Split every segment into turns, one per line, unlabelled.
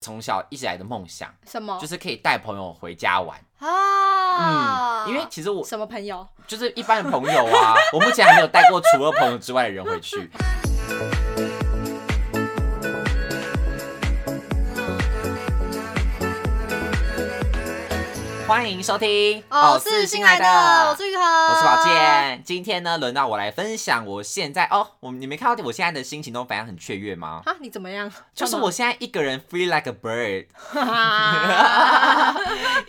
从小一直以来的梦想，
什么？
就是可以带朋友回家玩。
啊、
嗯，因为其实我
什么朋友？
就是一般的朋友啊， 我目前还没有带过除了朋友之外的人回 去。欢迎收听，
哦，是新来的，我是玉恒，
我
我
是宝。健。今天呢，轮到我来分享我现在哦，我你没看到我现在的心情都非常很雀跃吗？
啊，你怎么样？
就是我现在一个人 free like a bird，
干 嘛，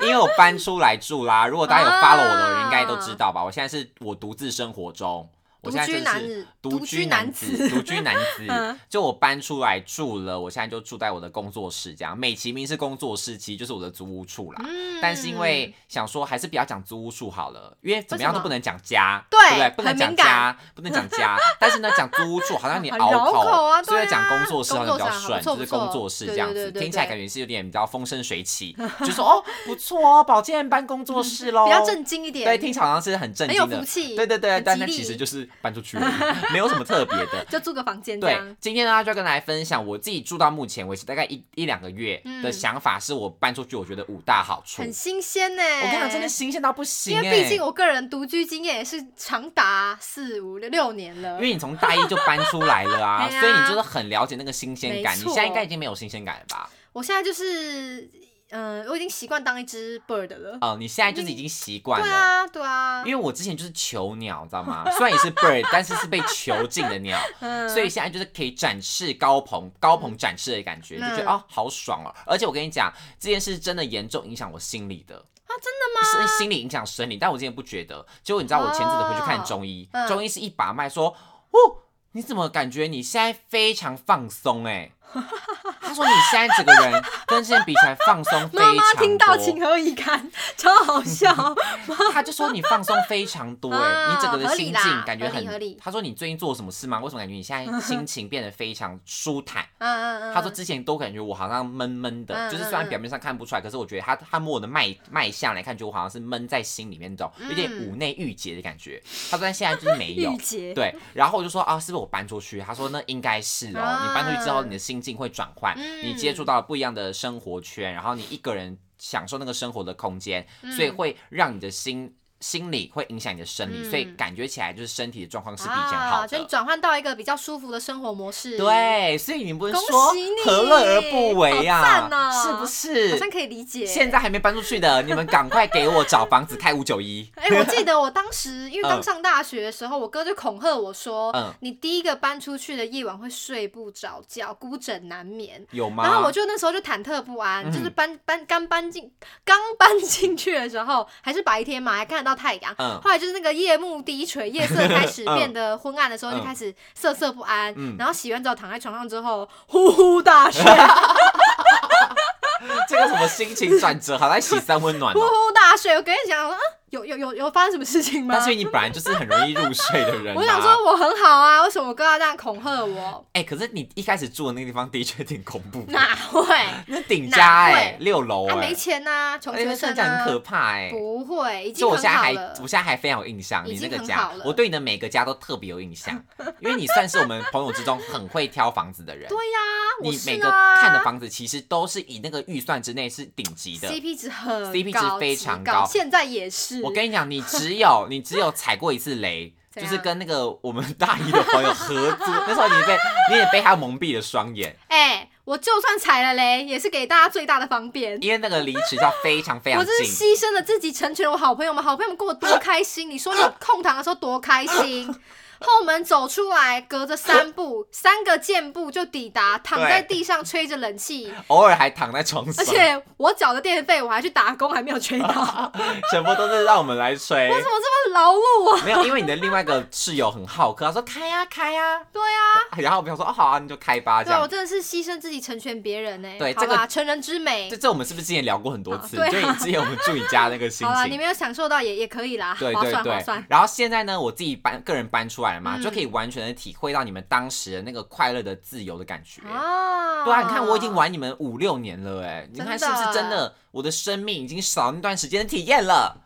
因为我搬出来住啦。如果大家有 follow 我的人，
啊
应该都知道吧？我现在是我独自生活中， 我
独
现在
居
真的
男
是
子，
独居男子，独居男子
嗯。
就我搬出来住了，我现在就住在我的工作室，这样美其名是工作室，其实就是我的租屋处啦。
嗯
但是因为想说还是不要讲租屋处好了，因为怎么样
为什
都
么
不能讲家，
对
不对？不能
很
讲
敏
家，不能讲家。但是呢，讲租屋处好像你
很
拗
绕口啊
所以
对啊
讲工作室好像比较
工作室啊
顺，
不错
就是
不错
工作室这
对
样
对
子，
对对
听起来
对
感觉是有点比较风生水起，就说哦不错哦，宝剑搬工作室喽，
比较正经一点，
对，听起来好像是很正
很有
经
福
的。
气，
对对对，
很
但
吉
那
利
其实就是搬出去而已，没有什么特别 的。
就住个房间这
对
样，。
今天呢，就要跟大家分享我自己住到目前为止大概一一两个月的
嗯
想法，是我搬出去，我觉得五大好处。
很新鲜呢、
我跟你讲，真的新鲜到不行、
因
欸。
为毕竟我个人独居经验也是长达四五六六年了
因。为你从大一就搬出来了啊，
哎呀
所以你就是很了解那个新鲜感。
没
你
错
现在应该已经没有新鲜感了吧？
我现在就是，嗯、我已经习惯当一只 bird 了。
哦、你现在就是已经习惯
对
了。
啊，对啊，
因为我之前就是囚鸟，知道吗？虽然也是 bird，但是是被囚禁的鸟，
嗯，
所以现在就是可以展示高朋高朋展示的感觉，就觉得
嗯
哦好爽哦。而且我跟你讲，这件事真的严重影响我心理的。
啊，真的
是心理影响生理，但我之前不觉得。结果你知道，我前阵子回去看中医，
哦嗯
中医是一把脉说，哦，你怎么感觉你现在非常放松、欸？ 哎，他说你现在整个人跟之前比起来放松非
妈
常多。
妈听到情何以堪， 超 好笑。
他就说你放松非常多、欸，哎、
啊
你整个的
合
心
理啦
境感觉
合理
很
合理
他说你最近做了什么事吗？为什么感觉你现在心情变得非常舒坦？
嗯嗯嗯，
他说之前都感觉我好像闷闷的，
嗯
就是虽然表面上看不出来，可是我觉得他他摸我的脉脉象来看，觉得我好像是闷在心里面，你懂，有点
嗯
五内郁结的感觉。他说但现在就是没有
郁。结，
对，然后我就说啊，是不是我搬出去？他说那应该是哦，
啊
你搬出去之后，你的心境会转换，
嗯
你接触到不一样的生活圈，然后你一个人享受那个生活的空间，
嗯
所以会让你的心心理会影响你的生理，
嗯
所以感觉起来就是身体的状况是比以前好
啊，就
的
你。转换到一个比较舒服的生活模式，，
对，所以你不是
恭
说
喜你
何乐而不为呀、
好赞哦
是不
好像
是？
可以理解。
现在还没搬出去的，你们赶快给我找房子开五九 一。
哎、我记得我当时因
嗯
为刚上大学的时候，我哥就恐吓我说：“
嗯
你第一个搬出去的夜晚会睡不着觉，孤枕难眠。”
有吗？
然后我就那时候就忐忑不
嗯
安，就是搬搬刚搬进刚搬进去的时候，还是白天嘛，还看得到太阳。
嗯
后来就是那个夜幕低垂，夜色开始
嗯
变得昏暗的时候，
嗯
就开始瑟瑟不安。
嗯
然后洗完澡躺在床上之后，呼呼 大睡，
这个什么心情转折，好在洗三温暖
呼
哦。
呼大 睡。我跟你讲，啊，有有有有发生什么事情吗
但？是你本来就是很容易入睡的人、啊。
我想说，我很好啊，为什么我哥要这样恐吓我？
哎、可是你一开始住的那个地方的确挺恐怖的，
哪会？
那顶家哎、
哪啊会
六楼
他、
哎、
没钱呐、穷
哎那
学
真
生
的很
啊
可，怕哎、
不会，已经
就我
很
现在
好
还，
了
我。现在还非常有印象，
已
你那
经
个
很
家
好，了
我对你的每个家都特别有印象，因为你算是我们朋友之中很会挑房子的人。
对呀、我
你
是
每个
啊
看的房子其实都是以那个预算之内是顶级的。
CP 值很高
CP 值非常
极
高
现在也是。
我跟你讲，你只有你只有踩过一次 雷，
怎
就
样
是跟那个我们大一的朋友合租，那时候你被你也被他蒙蔽了双眼，
哎、我就算踩了雷，也是给大家最大的方便。
因为那个离学校非常非常
我真是
近。
牺牲了自己，成全了我好朋友们。好朋友们跟我多开心，你说你空堂的时候多 开心。后门走出来，隔着三步，三个箭步就抵达，躺在地上吹着 冷气，
偶尔还躺在床
而
上，
且我缴的电费我还去打工，还没 有吹到，怎
全部都是让我们来吹。
么这么劳碌啊？
没有，因为你的另外一个室友很好客，他说开呀、开呀、
对啊，
然后我朋友说哦好啊，你就开吧这
对啊，
样
我。真的是牺牲自己成全别人呢、
对
好
这
吧，
个
成人之美
这。这我们是不是之前聊过很多次？
啊对
就
啊
你之前我们住你家那个心
好啊啦，你
情。
没有享受到也也可以啦，
对
划
对
算划
对
算，。
然后现在呢，我自己搬个人搬出来了嘛，
嗯
就可以完全的体会到你们当时的那个快乐的自由的感觉。
啊
对啊，你看我已经玩你们五六年了，哎，你看是
真
不
的
是真的？我的生命已经少那段时间的体验了。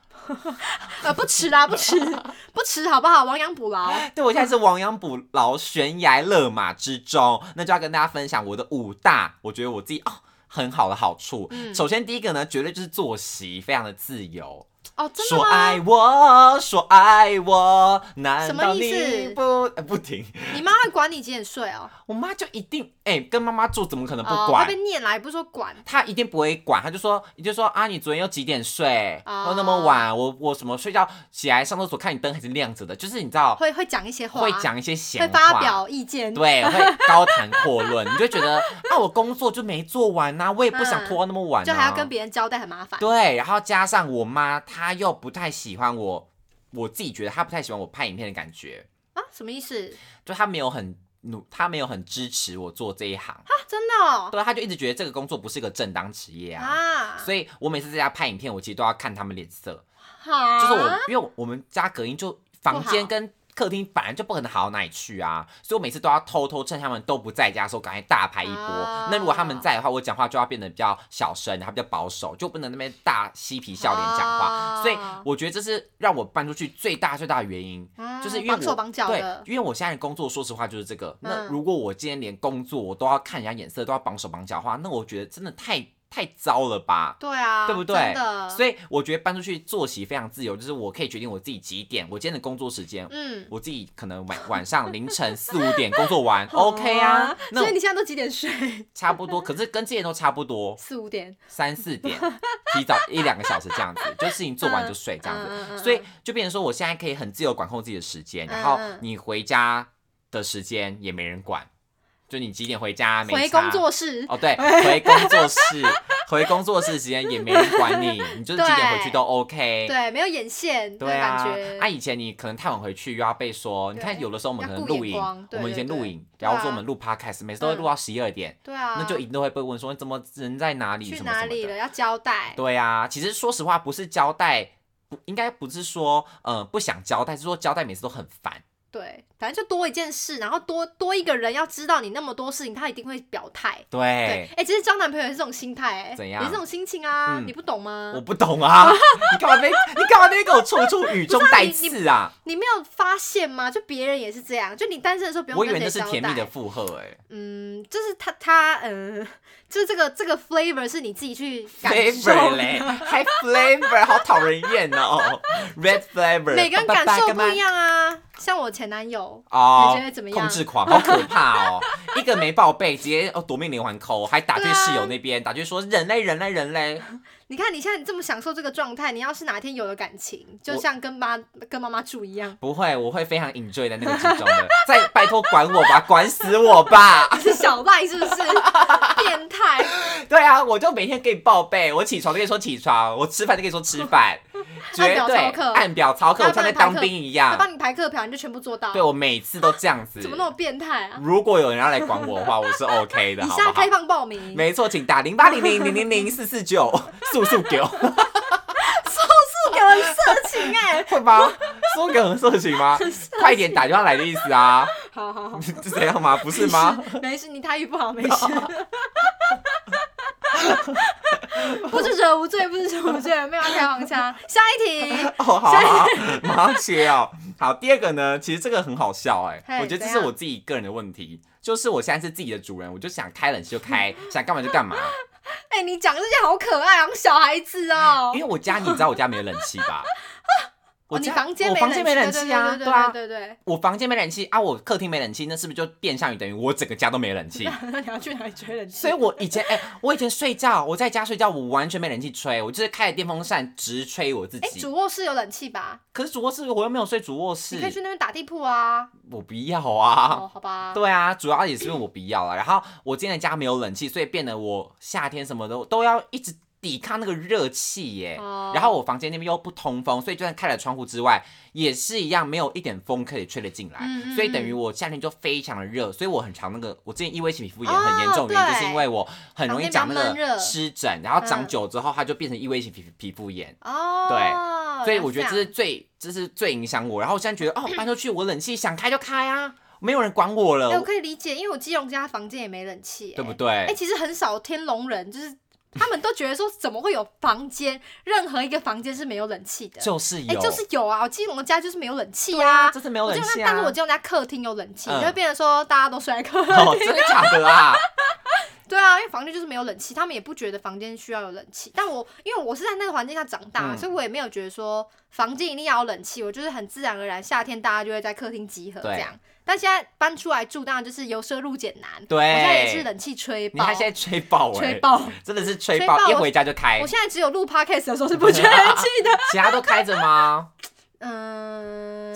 呃不迟啦，不迟 不迟，好不好？亡羊补牢，
对，我现在是亡羊补牢，悬崖勒马之中。那就要跟大家分享我的五大，我觉得我自己哦。很好的好处。
嗯
首先第一个呢，绝对就是作息非常的自由，
哦，真的
说
吗？
爱我，说爱我，难
什么
道
意思
你不、呃不停？
你妈会管你几点睡哦？
我妈就一定哎、跟妈妈住怎么可呃能不
哦，
管？
会被念来，不是说管
她一定不会管，她就说，你就说啊，你昨天又几点睡？
哦
哦，那么晚，我我什么睡觉起来上厕所看你灯还是亮着的，就是你知道
会会讲一些话，
哦会讲一些闲
会
话，
发表意见，
对，会高谈阔论， 你就觉得啊，我工作就没做完呐、我也不想拖到那么晚、啊
嗯就还要跟别人交代，很麻烦。
对，然后加上我妈，她又不太喜欢我，我自己觉得她不太喜欢我拍影片的感觉，
啊，什么意思
就她没有很努，她没有很支持我做这一行，
啊？真的哦
对，她就一直觉得这个工作不是个正当职业啊。
啊，
所以我每次在家拍影片，我其实都要看他们脸色，
好，
就是我，因为我们家隔音就房
啊好
间跟客厅本来就不可能好到哪里去啊，所以我每次都要偷偷趁他们都不在家的时候，赶快大拍一波。
啊
那如果他们在的话，我讲话就要变得比较小声，然后比较保守，就不能那边大嬉皮笑脸讲话。
啊
所以我觉得这是让我搬出去最大最大的原因，
嗯
就是因为
绑手
我
绑脚
对
的，，
因为我现在的工作，说实话就是这个。那
嗯
如果我今天连工作我都要看人家眼色，都要绑手绑脚的话，那我觉得真的太太糟了吧。
对啊，
对不对
真的，
所以我觉得搬出去作息非常自由，就是我可以决定我自己几点，我今天的工作时间，
嗯
我自己可能晚晚上凌晨四五点工作 完，OK 啊，那
哦所以你现在都几点睡？
差不多，可是跟之前都差不多，
四五点，
三四点， 提早一两个小时这样子，就事情做完就睡这样
嗯嗯嗯
子，
嗯
所以就变成说我现在可以很自由管控自己的时间，然后
嗯嗯
你回家的时间也没人管，就你几点回家没
回
差
工作室。
哦，对，回工作室， 回工作室时间也没人管你，你就是几点回去都 OK。
对，没有眼线，
对
那
啊
种感，
啊，
觉。
以前你可能太晚回去又要被说，你看
对
有的时候我们可
要
能
顾眼
录影
光，
我
对
们以
对
前录
对
影，然后
对啊
说我们录 podcast，每次都会录到十一二点，
对啊，
那就一定会被问说你怎么人在哪里，
去
什么
哪
什么
里
的
了，。要交代。
对啊，其实说实话，不是交代，不应该不是说呃不想交代，是说交代每次都很烦。
对，反正就多一件事，然后多多一个人要知道你那么多事情，他一定会表态。对
对，，
哎、其实交男朋友也是这种心态、哎，
怎样
也是这种心情啊，
嗯
你不懂吗
我？不懂啊，你干嘛被你干嘛被给我处处语中带
你
刺啊？
你没有发现吗？就别人也是这样，就你单身的时候不用
我以
跟
为
谁
那是
交代。
甜蜜的附和哎、
嗯，就是他他嗯，就是这个这个 flavor 是你自己去感 受
flavor
的，
嘞，还 flavor，好讨人厌哦。Red flavor，
每个人感受不
样
一样啊。像我前男友，
哦
你觉得怎么样
控制狂，好可怕哦！一个没报备，直接哦夺命连环扣，还打去
对啊
室友那边，打去说人类，人类，人类。，
你看你现在这么享受这个状态，你要是哪天有了感情，就像跟妈跟妈妈住一样
不会，我会非常 enjoy 在那个其中的。 再拜托管我吧，管死我吧！
你是小赖是不是？变态，
对啊，我就每天给你报备，我起床就跟你说起床，我吃饭就跟你说吃 饭，绝
表
对
操课
按表操课，我
还有
像在
帮你排
当
课
兵一
他
样。
帮你排课表，你就全部做到
对，，我每次都这样子。
怎么那么变态啊？
如果有人要来管我的话，我是 OK 的，
以
好
下
不好
开？放报名，
没错，请打零八零零零零零四四 九速速九，
不给人色情哎、
会吗？速给很色情 吗？快点打电话来的意思啊？
好好好，
是这样吗？不是吗？
没事？没事，你台语不好，没事。不是者无罪，不是者无罪，没有要开黄腔。下一题，
哦，好好好， 马上切哦。好，第二个呢，其实这个很好笑哎、
嘿
我觉得这
怎
是
样
我自己个人的问题，就是我现在是自己的主人，我就想开冷气就开，想干嘛就干嘛。
哎、你讲这些好可爱，好像小孩子哦
因。为我家你知道我家没有冷气吧？
哦，你房间
我
没
房间没冷
冷
气啊，
对
对啊，
对对对
我房间没冷气啊，我客厅没冷气，那是不是就变相于等于我整个家都没冷 气？
对对。那你要去哪里吹冷气？
所以我以前哎、我以前睡觉，我在家睡觉，我完全没冷气吹，我就是开着电风扇直吹我自
哎、
己。
主卧室有冷气吧？
可是主卧室我又没有睡主卧
你可以去
室，
那边打地铺啊。
我不要啊。
哦，好吧。
对啊，主要也是因为我不要啊了。然后我今天的家没有冷气，所以变得我夏天什么的都要一直抵抗那个热气耶。
哦
然后我房间那边又不通风，所以就算开了窗户之外，也是一样没有一点风可以吹得进来。
嗯嗯
所以等于我夏天就非常的热，所以我很常那个我之前异位性皮肤炎很严重，的原因、
哦
就是因为我很容易长那
房间比较闷热
个湿疹，然后长
嗯
久之后它就变成异位性皮皮肤炎。
哦。
对所以我觉得这
原
是
来
最，这是最影响我。然后我现在觉得，哦，搬出去，我冷气想开就开啊，没有人管我了。
样哎、我可以理解，因为我基隆家房间也没冷气、
呃
哎
对不对？
哎、其实很少天龙人， 就是他们都觉得说，怎么会有房间？任何一个房间是没有冷气的。
就是
哎、
有，
就是有啊，我基隆的家就是没有冷气
对啊，
啊。
这次没有
我基
冷
隆
气
家，
啊。
但是我基隆家客厅有冷气，
嗯
就会变成说大家都睡在客厅。
哦，真的假的啊？
对啊，因为房间就是没有冷气，他们也不觉得房间需要有冷气。但我因为我是在那个环境下长大，
嗯
所以我也没有觉得说房间一定要有冷气，我就是很自然而然，夏天大家就会在客厅集合
对
这样。但现在搬出来住，当然就是由奢入俭难。
对
我现在也是冷气吹
你
爆，
看现在哎吹爆哎、
吹爆。
真的是吹
吹
爆，
爆
一
我
回家就开
我，现在只有录 podcast 的时候 是不吹冷气的，
其他都开着吗？
嗯，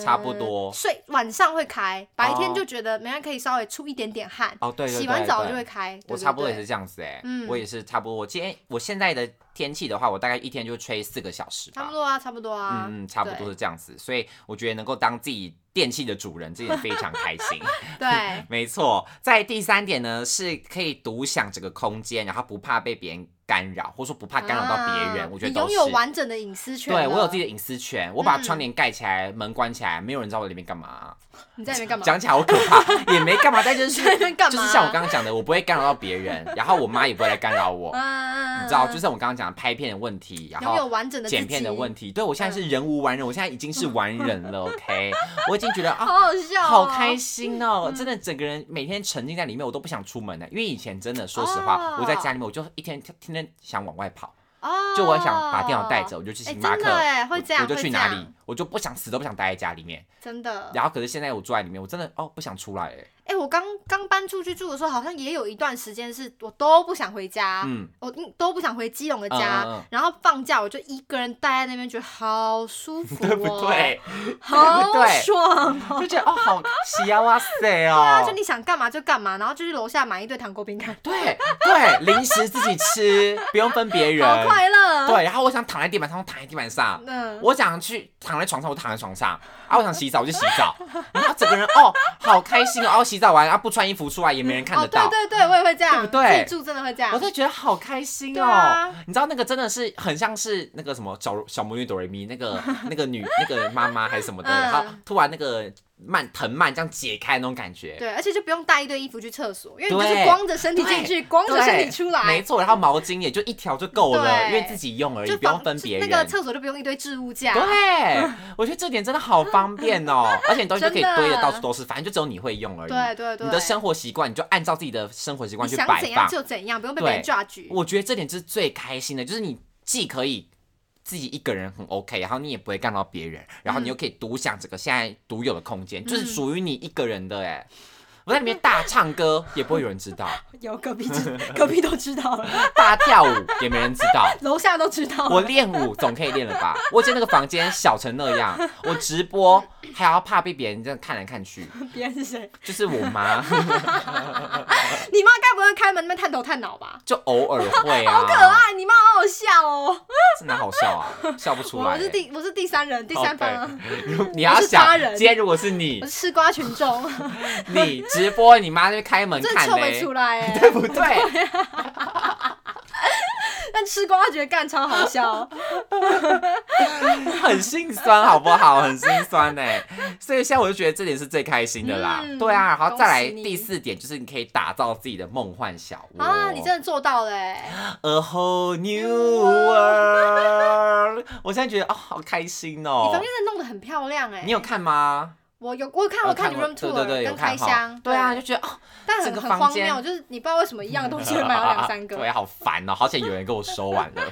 差不多
睡晚上会开，白天
哦
就觉得每天可以稍微出一点点汗，
哦，对对对
洗完澡
对
就会开。
我
对
差不多也
对
是这样子哎、
嗯
我也是差不多。我今天我现在的天气的话，我大概一天就吹四个小时
差不
吧。
多啊，差不多啊。
嗯嗯，差不多是这样子，所以我觉得能够当自己电器的主人，这点非常开 心。
对，
没错，在第三点呢，是可以独享这个空间，然后不怕被别人干扰，或者说不怕干扰到别人。
啊
我觉得
你
都
拥
是
有完整的隐私权了。嗯
对我有自己的隐私权，我把窗帘盖起来，门关起来，没有人知道我里面干嘛。
你在里面干嘛？
讲起来好可 怕，也没干嘛，但就是
在那边干嘛
就是像我刚刚讲的，我不会干扰到别人，然后我妈也不会来干扰我。
嗯
你知道，就是我刚刚讲的拍片的问题，然
拥有
后
完整的嗯
剪片的问
题，
题。对我现在是人无完人，我现在已经是完人了，OK？我已经觉得啊，
嗯好好笑、哦，嗯
好开。心哦！真的，整个人每天沉浸在里面，我都不想出门的。因为以前真的，说实话，
哦
我在家里面，我就一天天天想往外跑，
哦，
就我想把电脑带着，。我就去星巴
哎真
克
的哎，会
我
这样
我就去
会
哪
这
里
样，嗯
我就不想死都不想待在家里面。
真的，
然后，可是现在我坐在里面，我真的哦不想出来哎。
哎、我刚刚搬出去住的时候，好像也有一段时间是我都不想回家，
嗯，
我嗯都不想回基隆的家，
嗯嗯嗯
然后放假我就一个人待在那边，觉得好舒服、哦，
对不？对？对
好
不对
爽哦！
就觉得哦好喜啊哇塞
啊，就
哦。
你想干嘛就干嘛，然后就去楼下买一堆糖果饼干，
对对，零食自己吃，不用分别人。
好快乐。，
对，然后我想躺在地板上，我躺在地板上。
嗯，
我想去躺在床上，我躺在床上啊，我想洗澡我就洗澡，然后整个人哦好开心哦，啊洗澡完然后不穿衣服出来也没人看得到，
哦、对对对，我也会这样，
对不对
自己住真的会这样
我。就觉得好开心
对
哦。
啊
你知道那个真的是很像是那个什么小小魔女哆瑞咪那 个那个女那个妈妈还是什么的，
嗯
然后突然那个蔓藤蔓这样解开那种感觉。
对，而且就不用带一堆衣服去厕所，因为你就
对
是光着身体进去，光着身体
对
出
没
来，
错，然后毛巾也就一条就够了，
对
因为自己用而已，
就
不用
房
分
就
别人。
那个啊厕所就不用一堆置物架。
对，我觉得这点真的好方便哦，而且你东西都可以
真的
堆的到处都是，反正就只有你会用而已。
对对对，
你的生活习惯，你就按照自己的生活习惯
你
去
想
摆
怎样
放。
就怎样，不用被别人
对
judge。
我觉得这点是最开心的，就是你既可以自己一个人很 OK，然后你也不会干到别人，然
嗯
后你又可以独享这个现在独有的空间，就是属于你一个人的哎。我在里面大唱歌也不会有人 知道，
有 隔壁知隔壁都知道了，
大跳舞也没人知道。
楼下都知道
我
了。
练舞总可以练了吧？我在那个房间小成那样，我直播还要怕被别人这样看来看去，
别人是谁？
就是我妈
你妈该不会开门那边探头探脑吧？
就偶尔会啊，
好可爱，你妈好好笑哦！
真的好笑啊，笑不出来、哦
我
欸。
是第我是第三人，第三方啊，
OK 你要
我是他
想，
人
今天如果是你
我，是吃瓜群 众，
你直播，你妈就开门
真的
看
臭
嘞
没，出来哎。
对不 对？
但吃瓜觉得干超好笑，
很心酸，好不好？很心酸呢、 所以现在我就觉得这点是最开心的啦。
嗯
对啊，然后再来
恭喜你
第四点就是你可以打造自己的梦幻小窝
啊，你真的做到了欸！
A whole new world，我 现在觉得哦，好开心
你
哦
房间。真的弄得很漂亮哎。
你有看吗？
我有我有看我有看 Room
对
Tour
对对，有
跟
看
开
哈
箱，
对啊，就觉得哦，
但
整
很
个
很
房
荒
间
谬，就是你不知道为什么一样的东西会 买到两三个。
嗯对，好烦哦，好险有人跟我收完 了。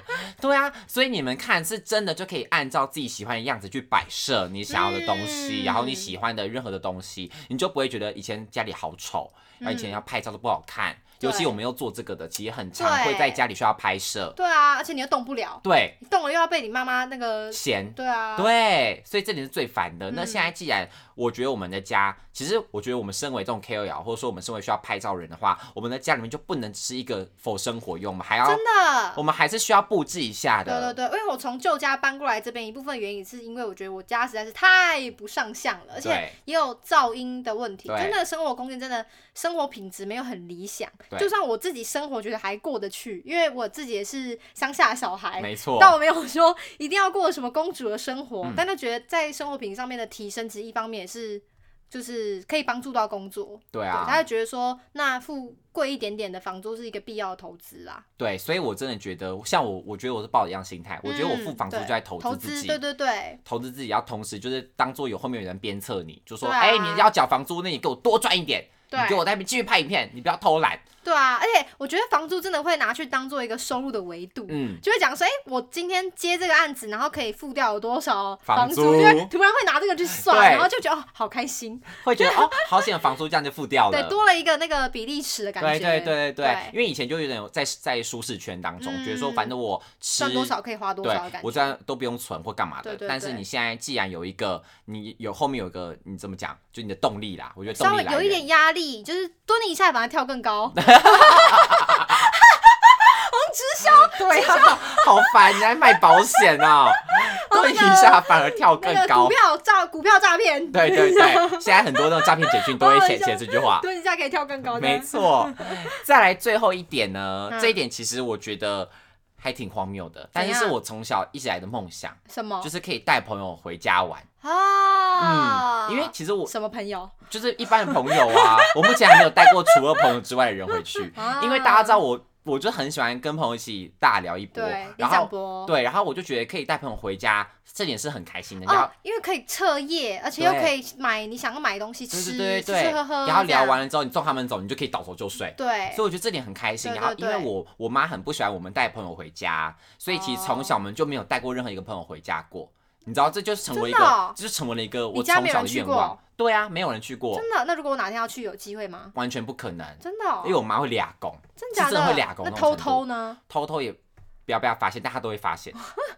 对啊，所以你们看是真的就可以按照自己喜欢的样子去摆设你想要的东西，
嗯
然后你喜欢的任何的东西，你就不会觉得以前家里好丑，然后以前要拍照都不好看。尤其
嗯对
我们又做这个的，其实很常
对
会在家里需要拍摄，
对啊，而且你又动不了，
对，
你动了又要被你妈妈那个，
闲
对 啊，
对，所以这点是最烦的。那
嗯
现在既然我觉得我们的家，其实我觉得我们身为这种 KOL，或者说我们身为需要拍照人的话，我们的家里面就不能只是一个否生活用，我们还要
啊真的
我。们还是需要布置一下
对对
的。
对，因为我从旧家搬过来这边，一部分原因是因为我觉得我家实在是太不上相了，而且
对
也有噪音的问题，
对
真的生活空间真的生活品质没有很理想
对。
就算我自己生活觉得还过得去，因为我自己也是乡下小孩，
没错，
但我没有说一定要过什么公主的生活，
嗯
但就觉得在生活品质上面的提升，其实一方面也是就是可以帮助到工作。
对
对，
啊，
他就觉得说，那付贵一点点的房租是一个必要的投资啊啦。
对，所以我真的觉得，像我，我觉得我是抱着一样心态，我觉得我付
嗯
房租
对
就在投
投
资自己
对。对对，
投资自己，要同时就是当做有后面有人鞭策你，就说，
对啊
哎、你要缴房租，那你给我多赚一点，
对
你
对
给我在那边继续拍影片，你不要偷懒。
对啊，而且我觉得房租真的会拿去当做一个收入的维度。
嗯，
就会讲说，哎、我今天接这个案子，然后可以付掉有多少
房
租，
租
就会突然会拿这个去算，
对
然后就觉得哦，好开心，
会觉得哦，好险房租这样就付掉了。
啊对，多了一个那个比例尺的感觉，
对对对对
对
因为以前就有点在在舒适圈当中，
嗯
觉得说反正我吃
赚多少可以花多
对
少的感，
我
觉，
这样都不用存或干嘛的。
对对
但是
对
你现在既然有一个，你有后面有一个，你怎么讲？就你的动力啦，我觉得
稍
动力
微
来
有一
源
点压力，就是蹲你一下，把它跳 更高。
对啊，好烦！你在卖保险 哦，蹲一下反而跳更
那个股
高。
票诈股票诈骗，
对对 对，现在很多那种诈骗简讯都会
哦
写写这句话。
蹲一下可以跳更高的。
没 错，再来最后一点呢，
哦嗯
这一点其实我觉得还挺荒谬的，但是是
样哦
我从小一直以来的梦想。
什么
就是可以带朋友回家玩。
啊？
嗯，因为其实我
什么朋友？
就是一般的朋友啊， 我目前还没有带过除了朋友之外的人回去，
啊
因为大家知道我，我就很喜欢跟朋友一起大聊一波
对，李
然
长
后
博
对，然后我就觉得可以带朋友回家，这点是很开心的。然后
哦，因为可以彻夜，而且又可以买你想要买的东西
对对
吃，
对
吃
对
吃
对
喝喝，，
然后
这
聊
样
完，了之后，你送他们走，你就可以倒头就睡。
对
所以我觉得这点很开心。
对
然后因为
对对
我我妈很不喜欢我们带朋友回家，所以其实从小我们就没有带过任何一个朋友回家过。你知道，这就是成为一个，
真的哦
就是成为了一个
你
我从
家没有
小
人
的
去
愿
过
望。对啊，没有人去过，
真的。那如果我哪天要去，有机会吗？
完全不可能，
真的哦，
因为我妈会俩拱，
真
哎是
假
真的会俩狗
那
那种
偷
程度
偷呢？
偷偷也不要被她发现，但她都会发现，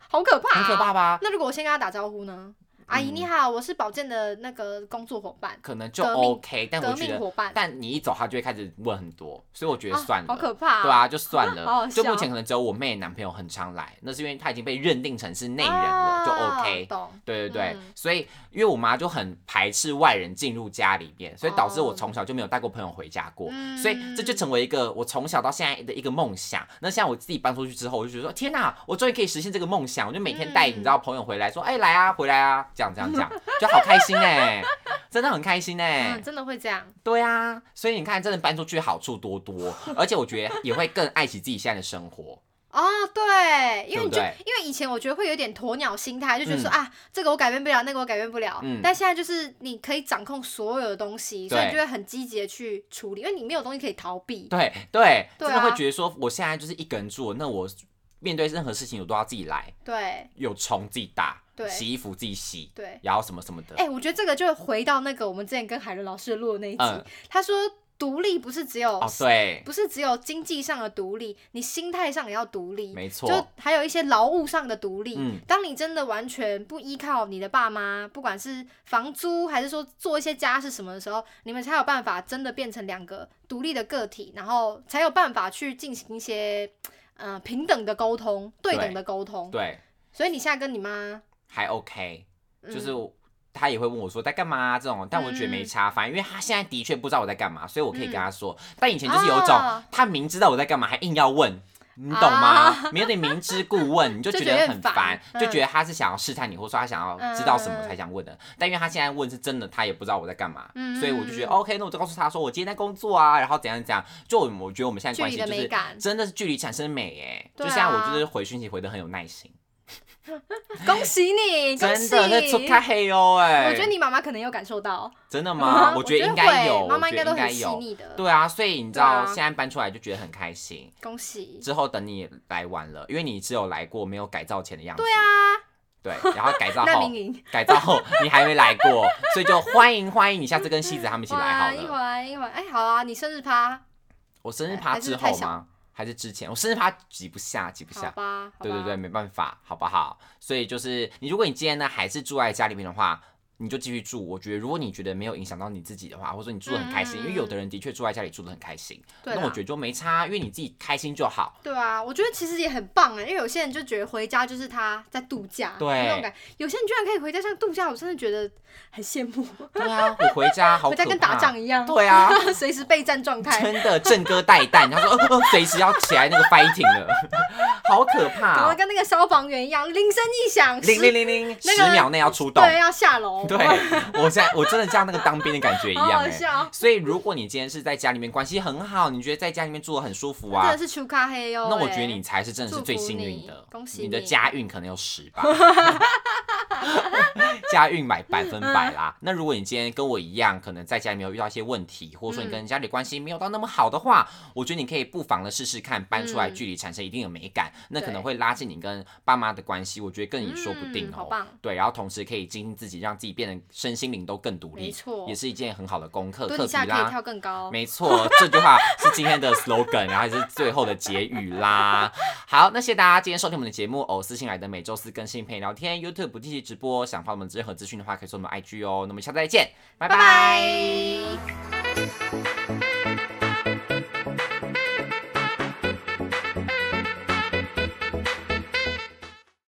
好可怕，啊
很可。怕嗯吧？
那如果我先跟他打招呼呢？阿姨你好，我是保健的那个工作伙伴，
可能就
革命
OK，但我
革
觉
命
得，
伙伴。
但你一走，她就会开始问很多，所以我觉得算了。
啊好可怕、
对，啊，就算了。
好好
就目
笑
前可能只有我妹男朋友很常来，那是因为他已经被认定成是内
内
人了，就 OK。
啊懂，
对对对，
嗯
所以因为我妈就很排斥外人进入家里面，所以导致我
哦
从小就没有带过朋友回家过，
嗯
所以这就成为一个我从小到现在的一个梦想。那现在我自己搬出去之后，我就觉得说天哪，我终于可以实现这个梦想，我就每天带、
嗯
你知道朋友回来说，哎、来啊，回来啊，这样这样 这样，就好开心哎、真的很开心哎、
嗯，真的会这样。
对啊，所以你看，真的搬出去好处多多，而且我觉得也会更爱惜自己现在的生活。
哦，对，因为你就
对不
因为以前我觉得会有点鸵鸟心态，就觉得说、
嗯
啊，这个我改变不了，那个我改变不了。
嗯
但现在就是你可以掌控所有的东西，所以
对
你就会很积极的去处理，因为你没有东西可以逃避。
对对，真
对啊
的会觉得说，我现在就是一个人住，那我面对任何事情我都要自己来，
对
有虫自己打，
对
洗衣服自己洗，
对，
然后什么什么的。
哎、我觉得这个就回到那个我们之前跟海伦老师录的那一集，
嗯
他说独立不是只有、
哦，对，
不是只有经济上的独立，你心态上也要独立，
没错，
就还有一些劳务上的独立。
嗯
当你真的完全不依靠你的爸妈，不管是房租还是说做一些家事什么的时候，你们才有办法真的变成两个独立的个体，然后才有办法去进行一些嗯、呃平等的沟通、对
对
等的沟通。
对，
所以你现在跟你妈，
还 OK，
嗯、
就是。他也会问我说在干嘛、啊这种，但我觉得没差，反正因为他现在的确不知道我在干嘛，所以我可以跟他说。但以前就是有一种，
嗯啊
他明知道我在干嘛，还硬要问，你懂吗？没有点明知故问，你就
啊 就
觉
觉得
得
很
很
烦
烦，
嗯
就觉得他是想要试探你，或者说他想要知道什么才想问的。但因为他现在问是真的，他也不知道我在干嘛，
嗯
所以我就觉得、哦
嗯
OK，那我就告诉他说我今天在工作啊，然后怎样怎样。就我我觉得我们现在
距
关
离
系
的
就
美
是
感，
真的是距离产生美哎、
对
就像我
啊
就是回讯息回的很有耐心，
恭喜你，
真
恭喜！
的是出开黑哦哎、
我觉得你妈妈可能有感受到，
真的吗？
我
觉得
得
应该
会
有，
妈妈
我觉
该
得
都
应该
很细
有。
腻的。
对啊，所以你知
对啊
道现在搬出来就觉得很开心。
恭喜！
之后等你来玩了，因为你只有来过没有改造前的样子。
对啊，
对，然后 改造
难
后
民，营，
改造后你还没来过，所以就欢迎欢迎你下次跟西子他们一起来
哇，
好
一会
了。
儿一会儿，哎，好啊，你生日趴，
我生日趴
还是
之
太
后
小
吗？还是之前？我生日趴挤不下，挤不
好
下。
吧，好吧
对对对，，没办法，好不好？所以就是你，如果你今天呢还是住在家里面的话，你就继续住。我觉得，如果你觉得没有影响到你自己的话，或者说你住的很开心，
嗯嗯
因
嗯
为有的人的确住在家里住的很开心，
对
那我
啦
觉得就没差，因为你自己开心就 好。
对啊，我觉得其实也很棒啊，因为有些人就觉得回家就是他在度假，
对
那种感，有些人居然可以回家像度假，我真的觉得很羡慕，
对啊，我回家好
回
可
家
怕，
跟打仗一样，
对啊，
随时备战状态，
真的正哥带弹，他说 呃呃随时要起来那个 fighting 了， 好可
搞
怕
得
哦、
跟那个消防员一样，铃声一响，
零
十
零零零，
那个
十秒内要出动。
对，要下楼，
对，我现在我真的像那个当兵的感觉一
好
样
好
哎、
笑，
所以如果你今天是在家里面关系很好，你觉得在家里面住的很舒服
真
啊
的，是出咖黑哦，
那我
哎
觉得你才是真的是
祝
最
福
幸
你
运的，
恭喜
的
你
家运可能有十吧。 家运买百分百啦。
嗯
那如果你今天跟我一样，可能在家里面有遇到一些问题，或者说你跟家里关系没有到那么好的话，我觉得你可以不妨的试试看搬出来，
嗯
距离产生一定的美感，那可能
对
会拉近你跟爸妈的关系，我觉得更也说不定
嗯好
哦。
棒
对，然后同时可以精进自己，让自己变得身心灵都更独立，
没错
也是一件很好的功课。
蹲
课
一
题
下可以
啦
跳。更高。
没错，这句话是今天的 slogan，然后也是最后的结语啦。好，那谢谢大家今天收听我们的节目哦。私信来的每周四更新陪你聊天，YouTube 不定期直播。想发我们任何资讯的话，可以搜我们 IG 哦。那我们下次再见，拜
拜
拜
拜。